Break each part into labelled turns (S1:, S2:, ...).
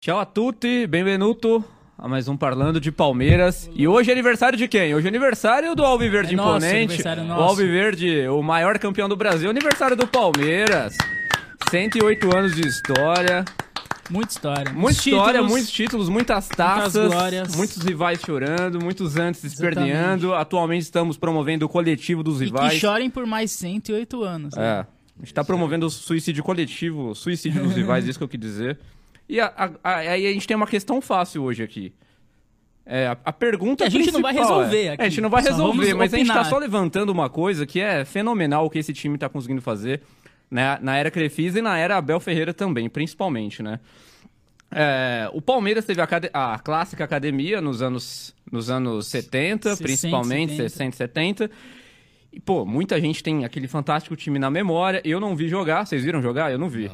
S1: Ciao a tutti, benvenuto a mais um Parlando de Palmeiras. E hoje é aniversário de quem? Hoje é aniversário do Alviverde
S2: É nosso,
S1: Imponente.
S2: aniversário
S1: o
S2: nosso.
S1: Alviverde, o maior campeão do Brasil. Aniversário do Palmeiras. 108 anos de história.
S2: Muita história.
S1: Muita
S2: Muitos
S1: história,
S2: títulos.
S1: muitos títulos, muitas taças,
S2: glórias.
S1: muitos rivais chorando, muitos antes esperneando. Atualmente estamos promovendo o coletivo dos
S2: E
S1: rivais.
S2: que chorem por mais 108 anos. né?
S1: É. A gente tá promovendo o suicídio coletivo, o suicídio dos rivais, isso que eu quis dizer. E a- a- a- aí a gente tem uma questão fácil hoje aqui. É, a, a pergunta
S2: Que a gente não vai
S1: principal é-
S2: resolver aqui.
S1: É, a gente não vai
S2: Só
S1: resolver,
S2: vamos
S1: mas a gente tá
S2: opinar.
S1: só levantando uma coisa que é fenomenal o que esse time tá conseguindo fazer né, na era Crefisa e na era Abel Ferreira também, principalmente, né? É, o Palmeiras teve a, cade- a clássica academia nos anos, nos anos 70,
S2: 60,
S1: principalmente
S2: 70.
S1: 60, 70. E, pô, muita gente tem aquele fantástico time na memória. Eu não vi jogar. Vocês viram jogar? Eu não vi.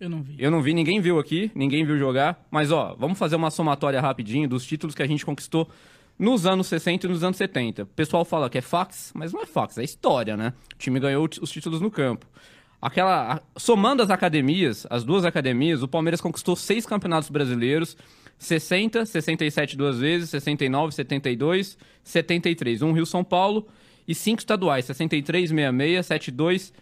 S2: Eu não vi.
S1: Eu não vi, ninguém viu aqui, ninguém viu jogar. Mas, ó, vamos fazer uma somatória rapidinho dos títulos que a gente conquistou nos anos 60 e nos anos 70. O pessoal fala que é fax, mas não é fax, é história, né? O time ganhou t- os títulos no campo. Aquela. a- somando as academias, as duas academias, o Palmeiras conquistou seis campeonatos brasileiros: 60, 67 duas vezes, 69, 72, 73. Um Rio São Paulo e cinco estaduais: 63, 66, 72,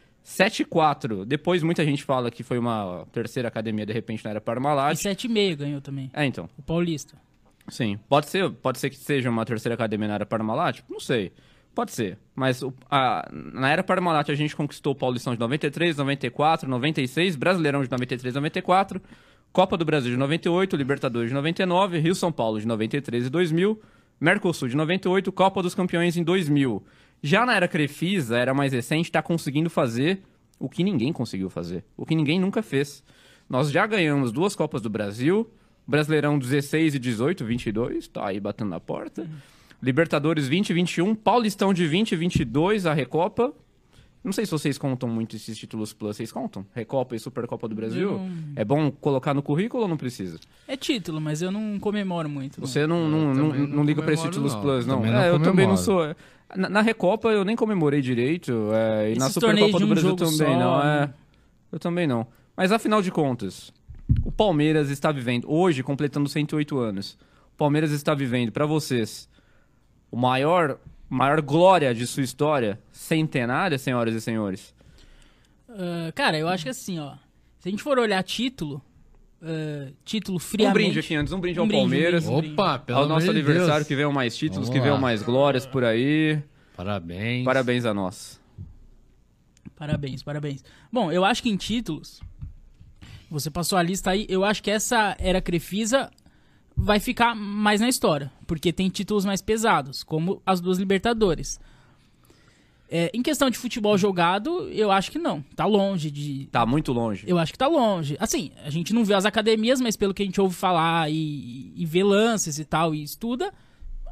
S1: 7-4. Depois muita gente fala que foi uma terceira academia, de repente, na era
S2: E
S1: Parmalat.
S2: 7,5 ganhou também.
S1: É, então.
S2: O Paulista.
S1: Sim. Pode ser, pode ser que seja uma terceira academia na era Parmalat? Não sei. Pode ser. Mas o- a- na era Parmalat a gente conquistou o Paulistão de 93, 94, 96, Brasileirão de 93, 94, Copa do Brasil de 98, Libertadores de 99, Rio São Paulo de 93 e 2000, Mercosul de 98, Copa dos Campeões em 2000. Já na era Crefisa, a era mais recente, está conseguindo fazer o que ninguém conseguiu fazer, o que ninguém nunca fez. Nós já ganhamos duas Copas do Brasil, Brasileirão 16 e 18, 22, tá aí batendo na porta. Libertadores 20 e 21, Paulistão de 20 e 22, a Recopa. Não sei se vocês contam muito esses títulos plus, vocês contam? Recopa e Supercopa do Brasil?
S2: Eu não-
S1: É bom colocar no currículo ou não precisa?
S2: É título, mas eu não comemoro muito. não.
S1: Você não, não, não,
S3: também
S1: não,
S3: não
S1: liga pra esses
S3: comemoro,
S1: títulos
S3: não.
S1: plus, não.
S3: Também não
S1: é, eu também não
S3: comemoro.
S1: sou. é. Na, na Recopa eu nem comemorei direito, é, e na
S2: Esses
S1: Supercopa
S2: torneios de
S1: do
S2: um
S1: Brasil
S2: jogo
S1: também
S2: só,
S1: não. É,
S2: né?
S1: eu também não. Mas afinal de contas, o Palmeiras está vivendo, hoje, completando 108 anos, o Palmeiras está vivendo, pra vocês, o maior, maior glória de sua história centenária, senhoras e senhores. Um
S2: Ah, cara, eu acho que assim, ó. Se a gente for olhar título, ah, título
S1: Um
S2: friamente...
S1: brinde aqui antes, um brinde
S2: Um
S1: ao
S2: brinde, um
S1: Palmeiras.
S2: brinde.
S3: Opa, pelo
S1: Ao
S3: amor
S1: nosso
S3: de
S1: aniversário,
S3: Deus.
S1: que venham mais títulos,
S3: Vamos
S1: que venham
S3: lá.
S1: mais glórias por aí.
S3: Parabéns.
S1: Parabéns a nós.
S2: Parabéns, parabéns. Bom, eu acho que em títulos, você passou a lista aí, eu acho que essa era Crefisa vai ficar mais na história, porque tem títulos mais pesados, como as duas Libertadores. É, em questão de futebol jogado, eu acho que não. Tá longe de.
S1: Tá muito longe.
S2: Eu acho que tá longe. Assim, a gente não vê as academias, mas pelo que a gente ouve falar e, e vê lances e tal, e estuda,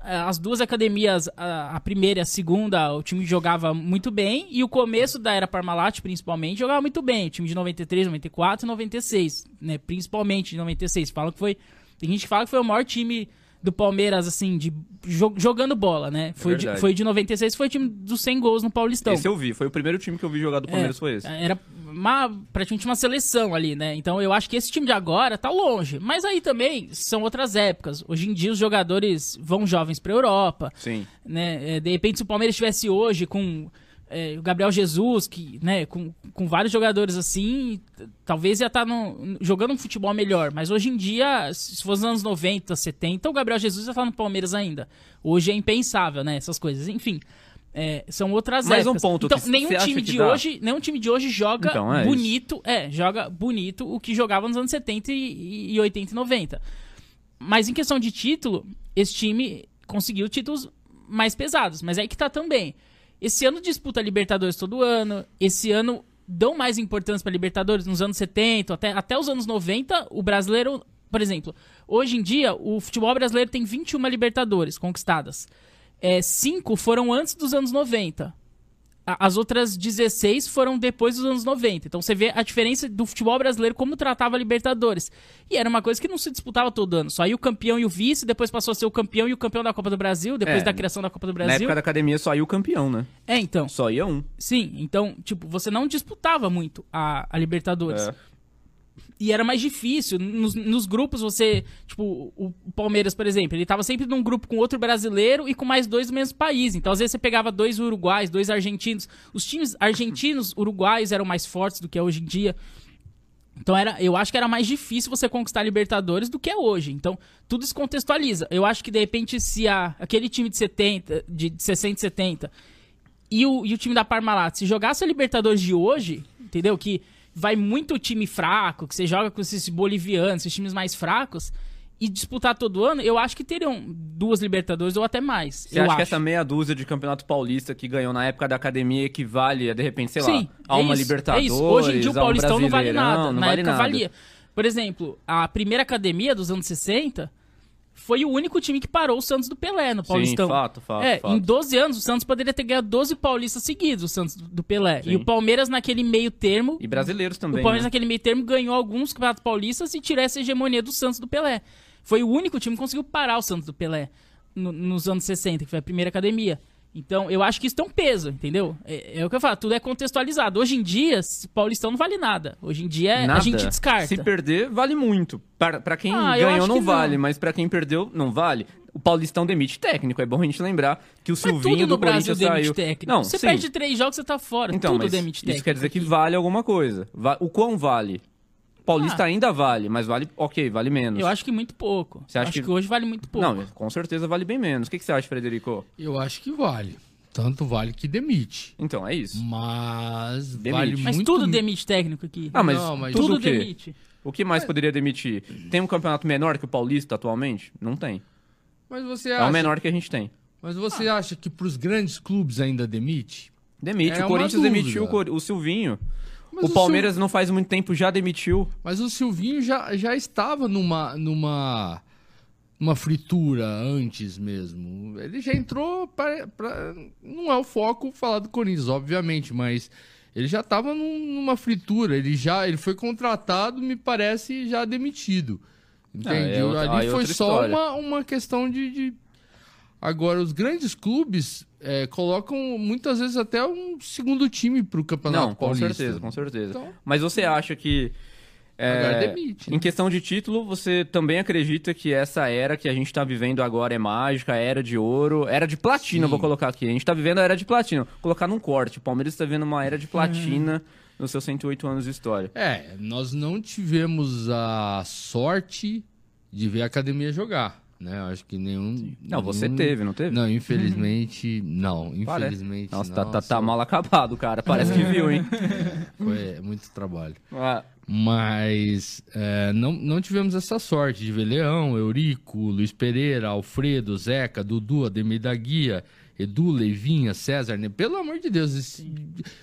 S2: eh, as duas academias, a, a primeira e a segunda, o time jogava muito bem, e o começo da era Parmalat, principalmente, jogava muito bem. O time de 93, 94 e 96, né? Principalmente de 96. Falam que foi. Tem gente que fala que foi o maior time do Palmeiras, assim, de jo- jogando bola, né? Foi, de,
S1: É verdade.
S2: foi de 96, foi o time dos 100 gols no Paulistão.
S1: Esse eu vi, foi o primeiro time que eu vi jogar do Palmeiras,
S2: então- É,
S1: foi esse.
S2: Era uma, praticamente uma seleção ali, né? Então eu acho que esse time de agora tá longe. Mas aí também são outras épocas. Hoje em dia os jogadores vão jovens pra Europa,
S1: Sim.
S2: né? É, De repente se o Palmeiras estivesse hoje com é, o Gabriel Jesus, que, né, com, com vários jogadores assim, t- talvez ia estar jogando um futebol melhor. Mas hoje em dia, se fosse nos anos 90, 70, o Gabriel Jesus ia estar no Palmeiras ainda. Hoje é impensável, né? Essas coisas. Enfim. é, são outras
S1: Mais um
S2: épocas.
S1: ponto
S2: então
S1: que
S2: nenhum
S1: você acha
S2: time
S1: que
S2: de
S1: dá?
S2: hoje nenhum time de hoje joga
S1: Então, é isso.
S2: bonito é joga bonito o que jogava nos anos 70 e, e 80 e 90 mas em questão de título, esse time conseguiu títulos mais pesados. Mas aí que tá também. Esse ano disputa Libertadores todo ano. Esse ano dão mais importância pra Libertadores nos anos 70, até, até os anos 90, o brasileiro. Por exemplo, hoje em dia, o futebol brasileiro tem 21 Libertadores conquistadas. É, cinco foram antes dos anos 90. A- As outras 16 foram depois dos anos 90. Então você vê a diferença do futebol brasileiro, como tratava a Libertadores. E era uma coisa que não se disputava todo ano. Só ia o campeão e o vice, depois passou a ser o campeão e o campeão da Copa do Brasil, depois
S1: É,
S2: da criação da Copa do
S1: Na
S2: Brasil.
S1: época da academia só ia o campeão, né?
S2: É, então.
S1: Só ia um.
S2: Sim, então, tipo, você não disputava muito a, a Libertadores.
S1: É.
S2: E era mais difícil. Nos, nos grupos você. Tipo, o, o Palmeiras, por exemplo, ele tava sempre num grupo com outro brasileiro e com mais dois do mesmo país. Então, às vezes, você pegava dois uruguais, dois argentinos. Os times argentinos, uruguais eram mais fortes do que é hoje em dia. Então era, eu acho que era mais difícil você conquistar a Libertadores do que é hoje. Então, tudo se contextualiza. Eu acho que de repente se a, aquele time de 70, de 60 e 70 e o, e o time da Parmalat se jogasse a Libertadores de hoje, entendeu? Que vai muito time fraco, que você joga com esses bolivianos, esses times mais fracos e disputar todo ano, eu acho que teriam duas Libertadores ou até mais.
S1: Você
S2: eu
S1: acha que essa meia dúzia de campeonato paulista que ganhou na época da academia equivale a, de repente, sei
S2: Sim,
S1: lá, a
S2: é
S1: uma
S2: isso,
S1: Libertadores?
S2: É isso. Hoje em dia o
S1: a um
S2: Paulistão não vale
S1: Brasileirão, não
S2: nada. Na
S1: vale
S2: época
S1: nada.
S2: valia. Por exemplo, a primeira academia dos anos 60 foi o único time que parou o Santos do Pelé no Paulistão.
S1: Sim, fato, fato,
S2: é,
S1: fato.
S2: em 12 anos o Santos poderia ter ganhado 12 paulistas seguidos, o Santos do Pelé.
S1: Sim.
S2: E o Palmeiras naquele meio termo
S1: E brasileiros também,
S2: o Palmeiras
S1: né?
S2: naquele meio termo ganhou alguns campeonatos paulistas e tirou essa hegemonia do Santos do Pelé. Foi o único time que conseguiu parar o Santos do Pelé no- nos anos 60, que foi a primeira academia. Então, eu acho que isso tem um peso, entendeu? É, é o que eu falo, tudo é contextualizado. Hoje em dia, se- Paulistão não vale nada. Hoje em dia, é, a
S1: Nada.
S2: gente descarta.
S1: Se perder, vale muito. Para para quem
S2: Ah, eu
S1: ganhou
S2: acho
S1: não
S2: que não.
S1: vale, mas para quem perdeu não vale. O Paulistão demite técnico, é bom a gente lembrar que o
S2: Mas
S1: Silvinho
S2: tudo no
S1: do
S2: Brasil
S1: Corinthians
S2: demite
S1: saiu.
S2: técnico.
S1: Não,
S2: você
S1: sim.
S2: perde três jogos, você tá fora.
S1: Então,
S2: tudo
S1: mas
S2: demite técnico.
S1: isso quer dizer que vale alguma coisa. Va- O quão vale? Paulista
S2: Ah.
S1: ainda vale, mas vale, ok, vale menos.
S2: Eu acho que muito pouco.
S1: Você acha
S2: acho que...
S1: que-
S2: hoje vale muito pouco.
S1: Não, com certeza vale bem menos. O que, que você acha, Frederico?
S3: Eu acho que vale. Tanto vale que demite.
S1: Então, é
S3: Hum.
S1: isso.
S3: Mas
S1: Demite.
S3: vale
S2: mas
S3: muito
S2: tudo
S3: me-
S2: demite técnico aqui.
S1: Ah, mas,
S3: Não, mas-
S1: tudo,
S2: tudo
S1: o quê?
S2: demite.
S1: O que mais poderia demitir? Tem um campeonato menor que o Paulista atualmente? Não tem.
S3: Mas você
S1: É o
S3: acha,
S1: menor Ah. que a gente tem.
S3: mas você acha que pros grandes clubes ainda demite?
S1: Demite.
S3: É
S1: o
S3: uma
S1: Corinthians
S3: dúvida.
S1: demitiu o, Cor- o Silvinho.
S3: Mas
S1: o
S3: o
S1: Palmeiras não faz muito tempo já demitiu.
S3: Mas o Silvinho já, já estava numa numa numa fritura antes mesmo. Ele já entrou para não é o foco falar do Corinthians, obviamente, mas ele já estava num- numa fritura, ele já ele foi contratado, me parece, já demitido. Entende?
S1: Ah, é outra- aí
S3: Ali
S1: é
S3: foi
S1: outra
S3: só
S1: história.
S3: uma, uma questão de, de- Agora, os grandes clubes eh, colocam muitas vezes até um segundo time para o Campeonato
S1: Não, com
S3: Paulista.
S1: certeza, com certeza.
S3: Então-
S1: Mas você acha que. é,
S3: Agora demite, né?
S1: Em questão de título, você também acredita que essa era que a gente tá vivendo agora é mágica, era de ouro, era de platina, eu vou colocar aqui. A gente tá vivendo a era de platina. Vou colocar num corte. O Palmeiras tá vivendo uma era de platina nos seus 108 anos de história.
S3: É, nós não tivemos a sorte de ver a academia jogar, né? Eu acho que nenhum.
S1: Não, você
S3: nenhum-
S1: teve, não teve?
S3: Não, infelizmente, não.
S1: Parece.
S3: Infelizmente.
S1: Nossa, tá- Tá,
S3: nossa,
S1: tá mal acabado, cara. Parece que viu, hein?
S3: Foi é, muito trabalho.
S1: Ah,
S3: Mas é, não, não tivemos essa sorte de ver Leão, Eurico, Luiz Pereira, Alfredo, Zeca, Dudu, Ademir da Guia, Edu, Leivinha, César, né? Pelo amor de Deus, esse-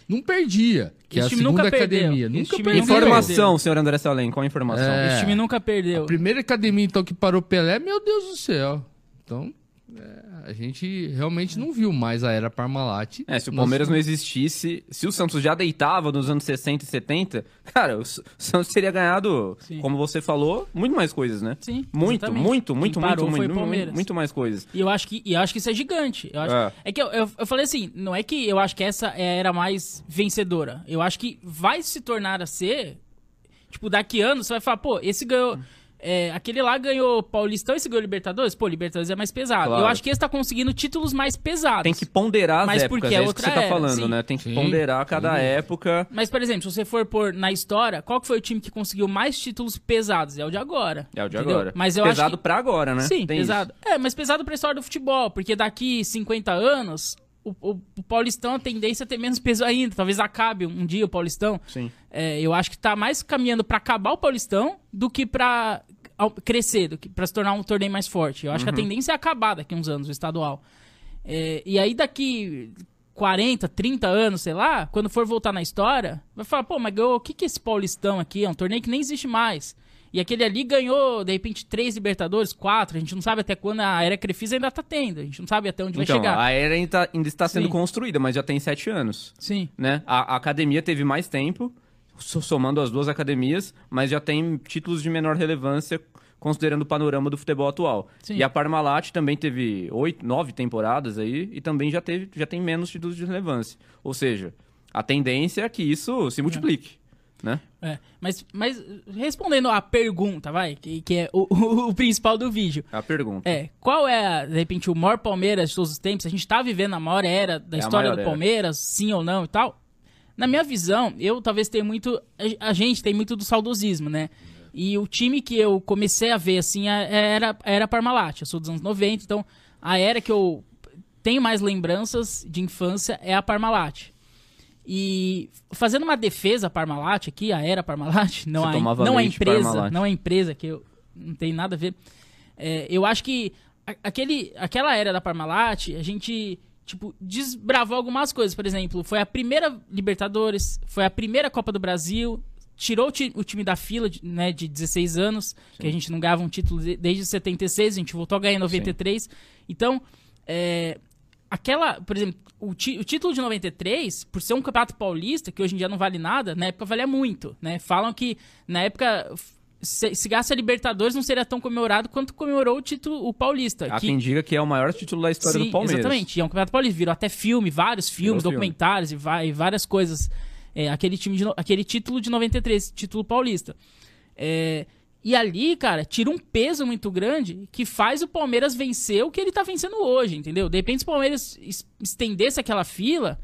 S3: não perdia. Que é a
S2: Esse time nunca
S3: segunda
S2: perdeu.
S3: academia.
S2: Esse
S3: Nunca
S2: time
S3: perdeu.
S2: nunca perdeu.
S1: informação, senhor André Salem, qual a informação?
S3: É.
S2: Esse time nunca perdeu.
S3: A primeira academia, então, que parou Pelé, meu Deus do céu. Então, é, a gente realmente não viu mais a era Parmalat.
S1: É, se o
S3: Nós-
S1: Palmeiras não existisse, se o Santos já deitava nos anos 60 e 70, cara, o S- Santos teria ganhado,
S2: Sim.
S1: como você falou, muito mais coisas, né?
S2: Sim,
S1: Muito,
S2: exatamente.
S1: muito,
S2: Quem
S1: muito, muito,
S2: parou foi o
S1: muito, muito,
S2: Palmeiras.
S1: muito mais coisas.
S2: E eu acho que, e eu acho que isso é gigante. Eu acho-
S1: É.
S2: é. que eu, eu, eu falei assim, não é que eu acho que essa era a mais vencedora. Eu acho que vai se tornar a ser. Tipo, daqui a anos você vai falar, pô, esse ganhou. é, aquele lá ganhou Paulistão, esse ganhou Libertadores? Pô, Libertadores é mais pesado.
S1: Claro.
S2: Eu acho que esse tá conseguindo títulos mais pesados.
S1: Tem que ponderar as
S2: Mas
S1: épocas,
S2: porque é
S1: é isso que
S2: outra
S1: você tá
S2: era,
S1: falando,
S2: sim.
S1: né? Tem que
S3: Sim,
S1: ponderar cada época.
S2: Mas, por exemplo, se você for pôr na história, qual que foi o time que conseguiu mais títulos pesados? É o de agora.
S1: É o de
S2: entendeu?
S1: agora.
S2: Mas eu acho
S1: pesado
S2: que-
S1: pra agora, né?
S2: Sim,
S1: Tem isso.
S2: pesado. É, mas pesado pra história do futebol, porque daqui 50 anos, o, o- o Paulistão, a tendência é ter menos peso ainda. Talvez acabe um dia o Paulistão.
S1: Sim.
S2: É, eu acho que tá mais caminhando pra acabar o Paulistão do que pra ao- crescer, do que pra se tornar um torneio mais forte. Eu acho
S1: Uhum.
S2: que a tendência é acabar daqui uns anos, o estadual. É, e aí daqui 40, 30 anos, sei lá, quando for voltar na história, vai falar, pô, mas ganhou, o que que é esse Paulistão aqui? É um torneio que nem existe mais. E aquele ali ganhou, de repente, três Libertadores, quatro. A gente não sabe até quando a era Crefisa ainda tá tendo. A gente não sabe até onde vai
S1: Então,
S2: chegar.
S1: a era ainda, ainda está sendo
S2: Sim.
S1: construída, mas já tem sete anos.
S2: Sim.
S1: né? A, a academia teve mais tempo, so- somando as duas academias, mas já tem títulos de menor relevância, considerando o panorama do futebol atual.
S2: Sim.
S1: E a Parmalat também teve oito, nove temporadas aí, e também já, teve, já tem menos títulos de relevância. Ou seja, a tendência é que isso se multiplique. né?
S2: É, mas, mas respondendo à pergunta, vai, que, que é o, o principal do vídeo.
S1: É a pergunta.
S2: É, qual é, de repente, o maior Palmeiras de todos os tempos? A gente tá vivendo a maior era da
S1: É a
S2: história
S1: maior
S2: do
S1: era.
S2: Palmeiras, sim ou não e tal? Na minha visão, eu talvez tenha muito. A a gente tem muito do saudosismo, né? E o time que eu comecei a ver, assim, a- era, era Parmalat. Eu sou dos anos 90, então a era que eu tenho mais lembranças de infância é a Parmalat. E fazendo uma defesa à Parmalat aqui, a era Parmalat, não,
S1: Você
S2: a,
S1: tomava
S2: não a
S1: leite
S2: empresa,
S1: Parmalat.
S2: não a empresa, que eu não tem nada a ver. É, eu acho que a- aquele, aquela era da Parmalat, a gente, tipo, desbravou algumas coisas. Por exemplo, foi a primeira Libertadores, foi a primeira Copa do Brasil, tirou o, ti- o time da fila, de- né, de 16 anos, que a gente não ganhava um título de- desde 76, a gente voltou a ganhar em 93. Então, é, aquela, por exemplo, o, ti- o título de 93, por ser um campeonato paulista, que hoje em dia não vale nada, na época valia muito, né? Falam que na época se, se gasta Libertadores não seria tão comemorado quanto comemorou o título o paulista.
S1: Há
S2: que-
S1: quem diga que é o maior título da história do Palmeiras.
S2: Exatamente, e é um campeonato paulista. Virou até filme, vários filmes,
S1: filme.
S2: documentários e vai- várias coisas. É, aquele, time de no- aquele título de 93, título paulista. É, e ali, cara, tira um peso muito grande que faz o Palmeiras vencer o que ele tá vencendo hoje, entendeu? De repente, se o Palmeiras es- estendesse aquela fila,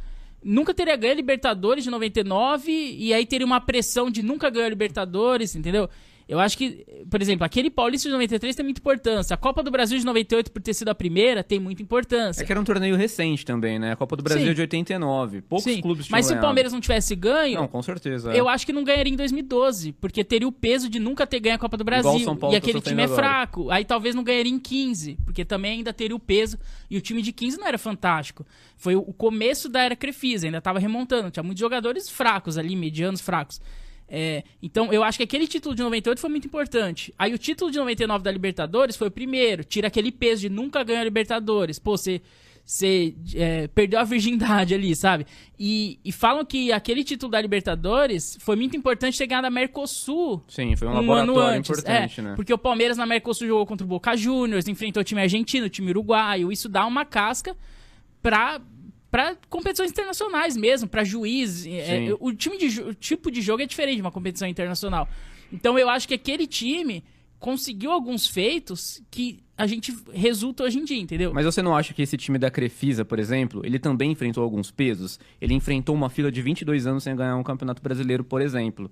S2: nunca teria ganho a Libertadores de 99 e aí teria uma pressão de nunca ganhar a Libertadores, entendeu? Eu acho que, por exemplo, aquele Paulista de 93 tem muita importância. A Copa do Brasil de 98, por ter sido a primeira, tem muita importância.
S1: É que era um torneio recente também, né? A Copa do Brasil
S2: Sim.
S1: é de 89. Poucos
S2: Sim,
S1: clubes tinham
S2: Mas se o
S1: ganhado.
S2: Palmeiras não tivesse ganho,
S1: Não, com certeza.
S2: eu acho que não ganharia em 2012, porque teria o peso de nunca ter ganho a Copa do
S1: Igual o
S2: Brasil.
S1: São Paulo tá
S2: e aquele
S1: sofrendo
S2: time é
S1: agora.
S2: fraco. Aí talvez não ganharia em 15, porque também ainda teria o peso. E o time de 15 não era fantástico. Foi o- o começo da era Crefisa, ainda tava remontando. Tinha muitos jogadores fracos ali, medianos fracos. É, então, eu acho que aquele título de 98 foi muito importante. Aí o título de 99 da Libertadores foi o primeiro. Tira aquele peso de nunca ganhar a Libertadores. Pô, você você é, perdeu a virgindade ali, sabe? E, e falam que aquele título da Libertadores foi muito importante ter ganhado a Mercosul
S1: Sim, foi um,
S2: um, ano
S1: laboratório
S2: antes.
S1: importante,
S2: é,
S1: né?
S2: Porque o Palmeiras na Mercosul jogou contra o Boca Juniors, enfrentou o time argentino, o time uruguaio. Isso dá uma casca pra, pra competições internacionais mesmo, pra juiz. É,
S1: Sim.
S2: o, time de, jo- o tipo de jogo é diferente de uma competição internacional. Então eu acho que aquele time conseguiu alguns feitos que a gente resulta hoje em dia, entendeu?
S1: Mas você não acha que esse time da Crefisa, por exemplo, ele também enfrentou alguns pesos? Ele enfrentou uma fila de 22 anos sem ganhar um campeonato brasileiro, por exemplo.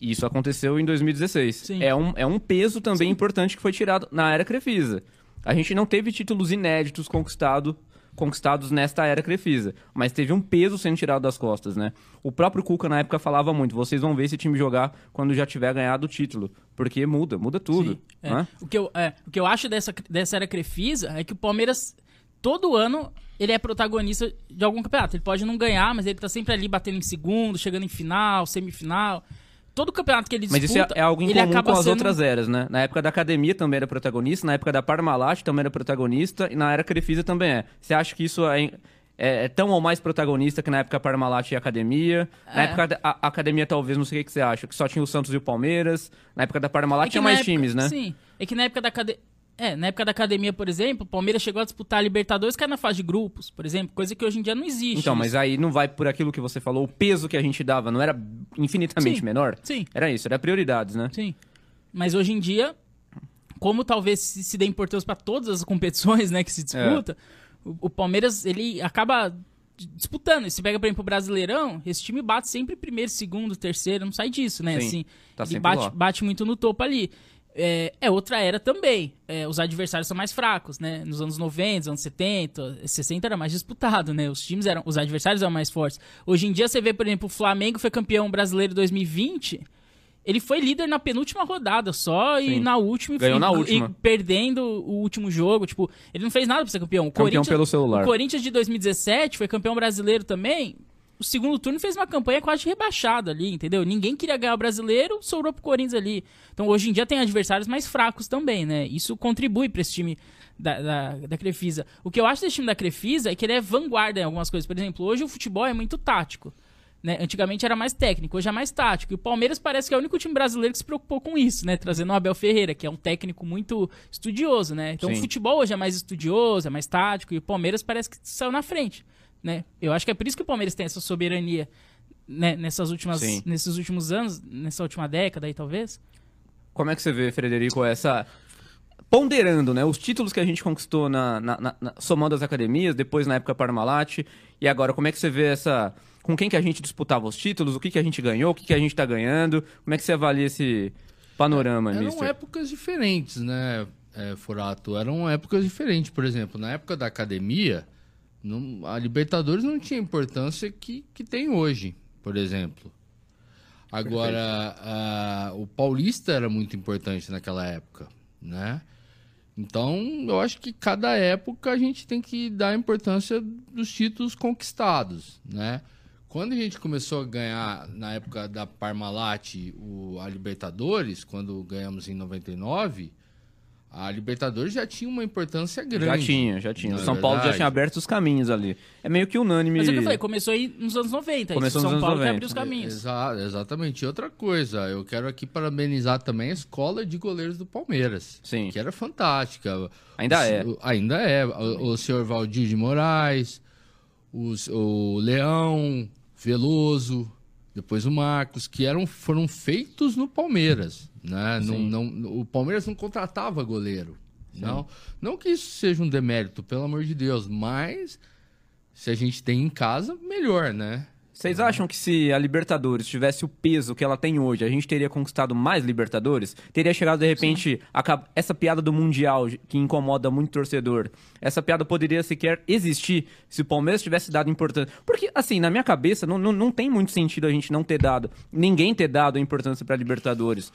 S1: E Isso aconteceu em 2016.
S2: Sim.
S1: É, um, é um peso também importante que foi tirado na era Crefisa. A gente não teve títulos inéditos conquistado, conquistados nesta era Crefisa, mas teve um peso sendo tirado das costas, né? O próprio Cuca na época falava muito: vocês vão ver esse time jogar quando já tiver ganhado o título, porque muda, muda tudo.
S2: Sim, é.
S1: né?
S2: O, que eu, é, o que eu acho dessa, dessa era Crefisa é que o Palmeiras, todo ano, ele é protagonista de algum campeonato. Ele pode não ganhar, mas ele tá sempre ali batendo em segundo, chegando em final, semifinal. Todo campeonato que ele
S1: Mas
S2: disputa,
S1: isso é, é algo em
S2: ele
S1: comum com
S2: acaba
S1: as
S2: sendo...
S1: outras eras, né? Na época da academia também era protagonista, na época da Parmalat também era protagonista, e na era Crefisa também é. Você acha que isso é, é- é tão ou mais protagonista que na época Parmalat e academia? Na
S2: É.
S1: época da a- academia, talvez, não sei o que que você acha, que só tinha o Santos e o Palmeiras. Na época da Parmalat
S2: É que
S1: tinha
S2: na
S1: mais
S2: época-
S1: times, né?
S2: Sim. É que na época da academia. É, na época da academia, por exemplo, o Palmeiras chegou a disputar a Libertadores, caiu na fase de grupos, por exemplo, coisa que hoje em dia não existe.
S1: Então, mas
S2: isso.
S1: aí não vai por aquilo que você falou, o peso que a gente dava não era infinitamente
S2: Sim,
S1: menor?
S2: sim.
S1: Era isso, era prioridades, né?
S2: Sim. Mas hoje em dia, como talvez se se dê importância para todas as competições né, que se disputa, o, o Palmeiras ele acaba d- disputando. E Se pega, por exemplo, o Brasileirão, esse time bate sempre primeiro, segundo, terceiro, não sai disso, né?
S1: Sim,
S2: assim,
S1: tá
S2: ele
S1: sempre
S2: bate,
S1: lá.
S2: bate muito no topo ali. É, é outra era também. É, os adversários são mais fracos, né? Nos anos 90, nos anos 70, 60 era mais disputado, né? Os times eram, os adversários eram mais fortes. Hoje em dia você vê, por exemplo, o Flamengo foi campeão brasileiro em 2020. Ele foi líder na penúltima rodada só e
S1: Sim.
S2: na última e
S1: Ganhou
S2: foi-
S1: na
S2: e
S1: última.
S2: perdendo o último jogo, tipo, ele não fez nada pra ser campeão. O
S1: Campeão
S2: Corinthians,
S1: pelo celular.
S2: o Corinthians de 2017 foi campeão brasileiro também. O segundo turno fez uma campanha quase rebaixada ali, entendeu? Ninguém queria ganhar o brasileiro, sobrou pro Corinthians ali. Então hoje em dia tem adversários mais fracos também, né? Isso contribui pra esse time da, da, da Crefisa. O que eu acho desse time da Crefisa é que ele é vanguarda em algumas coisas. Por exemplo, hoje o futebol é muito tático. Né? Antigamente era mais técnico, hoje é mais tático. E o Palmeiras parece que é o único time brasileiro que se preocupou com isso, né? Trazendo o Abel Ferreira, que é um técnico muito estudioso, né? Então o
S1: Sim.
S2: futebol hoje é mais estudioso, é mais tático, e o Palmeiras parece que saiu na frente, né? Eu acho que é por isso que o Palmeiras tem essa soberania né, nessas últimas,
S1: Sim.
S2: nesses últimos anos, nessa última década aí talvez.
S1: Como é que você vê, Frederico, essa. Ponderando, né? Os títulos que a gente conquistou na, na- na- na- somando as academias, depois na época Parmalat. E agora, como é que você vê essa. Com quem que a gente disputava os títulos? O que, que a gente ganhou? O que, que a gente tá ganhando? Como é que você avalia esse
S2: É,
S1: panorama,
S3: Eram
S1: é mister?
S3: épocas diferentes, né, é, Furato? Eram épocas diferentes. Por exemplo, na época da academia, não- a Libertadores não tinha a importância que, que tem hoje, por exemplo. Agora, a- o Paulista era muito importante naquela época, né? Então, eu acho que cada época a gente tem que dar a importância dos títulos conquistados, né? Quando a gente começou a ganhar, na época da Parmalat, o, a Libertadores, quando ganhamos em 99, a Libertadores já tinha uma importância
S2: é
S3: grande.
S1: Já tinha, já tinha.
S3: Não
S1: o
S3: é
S1: São Paulo já
S3: verdade?
S1: tinha aberto os caminhos ali. É meio que unânime.
S2: Mas é o que eu falei, começou aí nos anos 90. isso,
S1: Começou nos
S2: São
S1: anos
S2: Paulo que
S1: 90.
S2: abriu os caminhos.
S3: Exa- exatamente. E outra coisa, eu quero aqui parabenizar também a escola de goleiros do Palmeiras.
S1: Sim.
S3: Que era fantástica.
S1: Ainda
S3: O se-
S1: é.
S3: o- ainda é. O, o senhor Valdir de Moraes, os- o Leão, Veloso, depois o Marcos, que eram, foram feitos no Palmeiras. Né? Não,
S1: Sim.
S3: não- o Palmeiras não contratava goleiro. Não, não que isso seja um demérito, pelo amor de Deus, mas se a gente tem em casa, melhor, né?
S1: Vocês acham que se a Libertadores tivesse o peso que ela tem hoje, a gente teria conquistado mais Libertadores? Teria chegado, de repente, a cap- essa piada do Mundial que incomoda muito o torcedor. Essa piada poderia sequer existir se o Palmeiras tivesse dado importância. Porque, assim, na minha cabeça, não, não, não tem muito sentido a gente não ter dado, ninguém ter dado a importância pra Libertadores.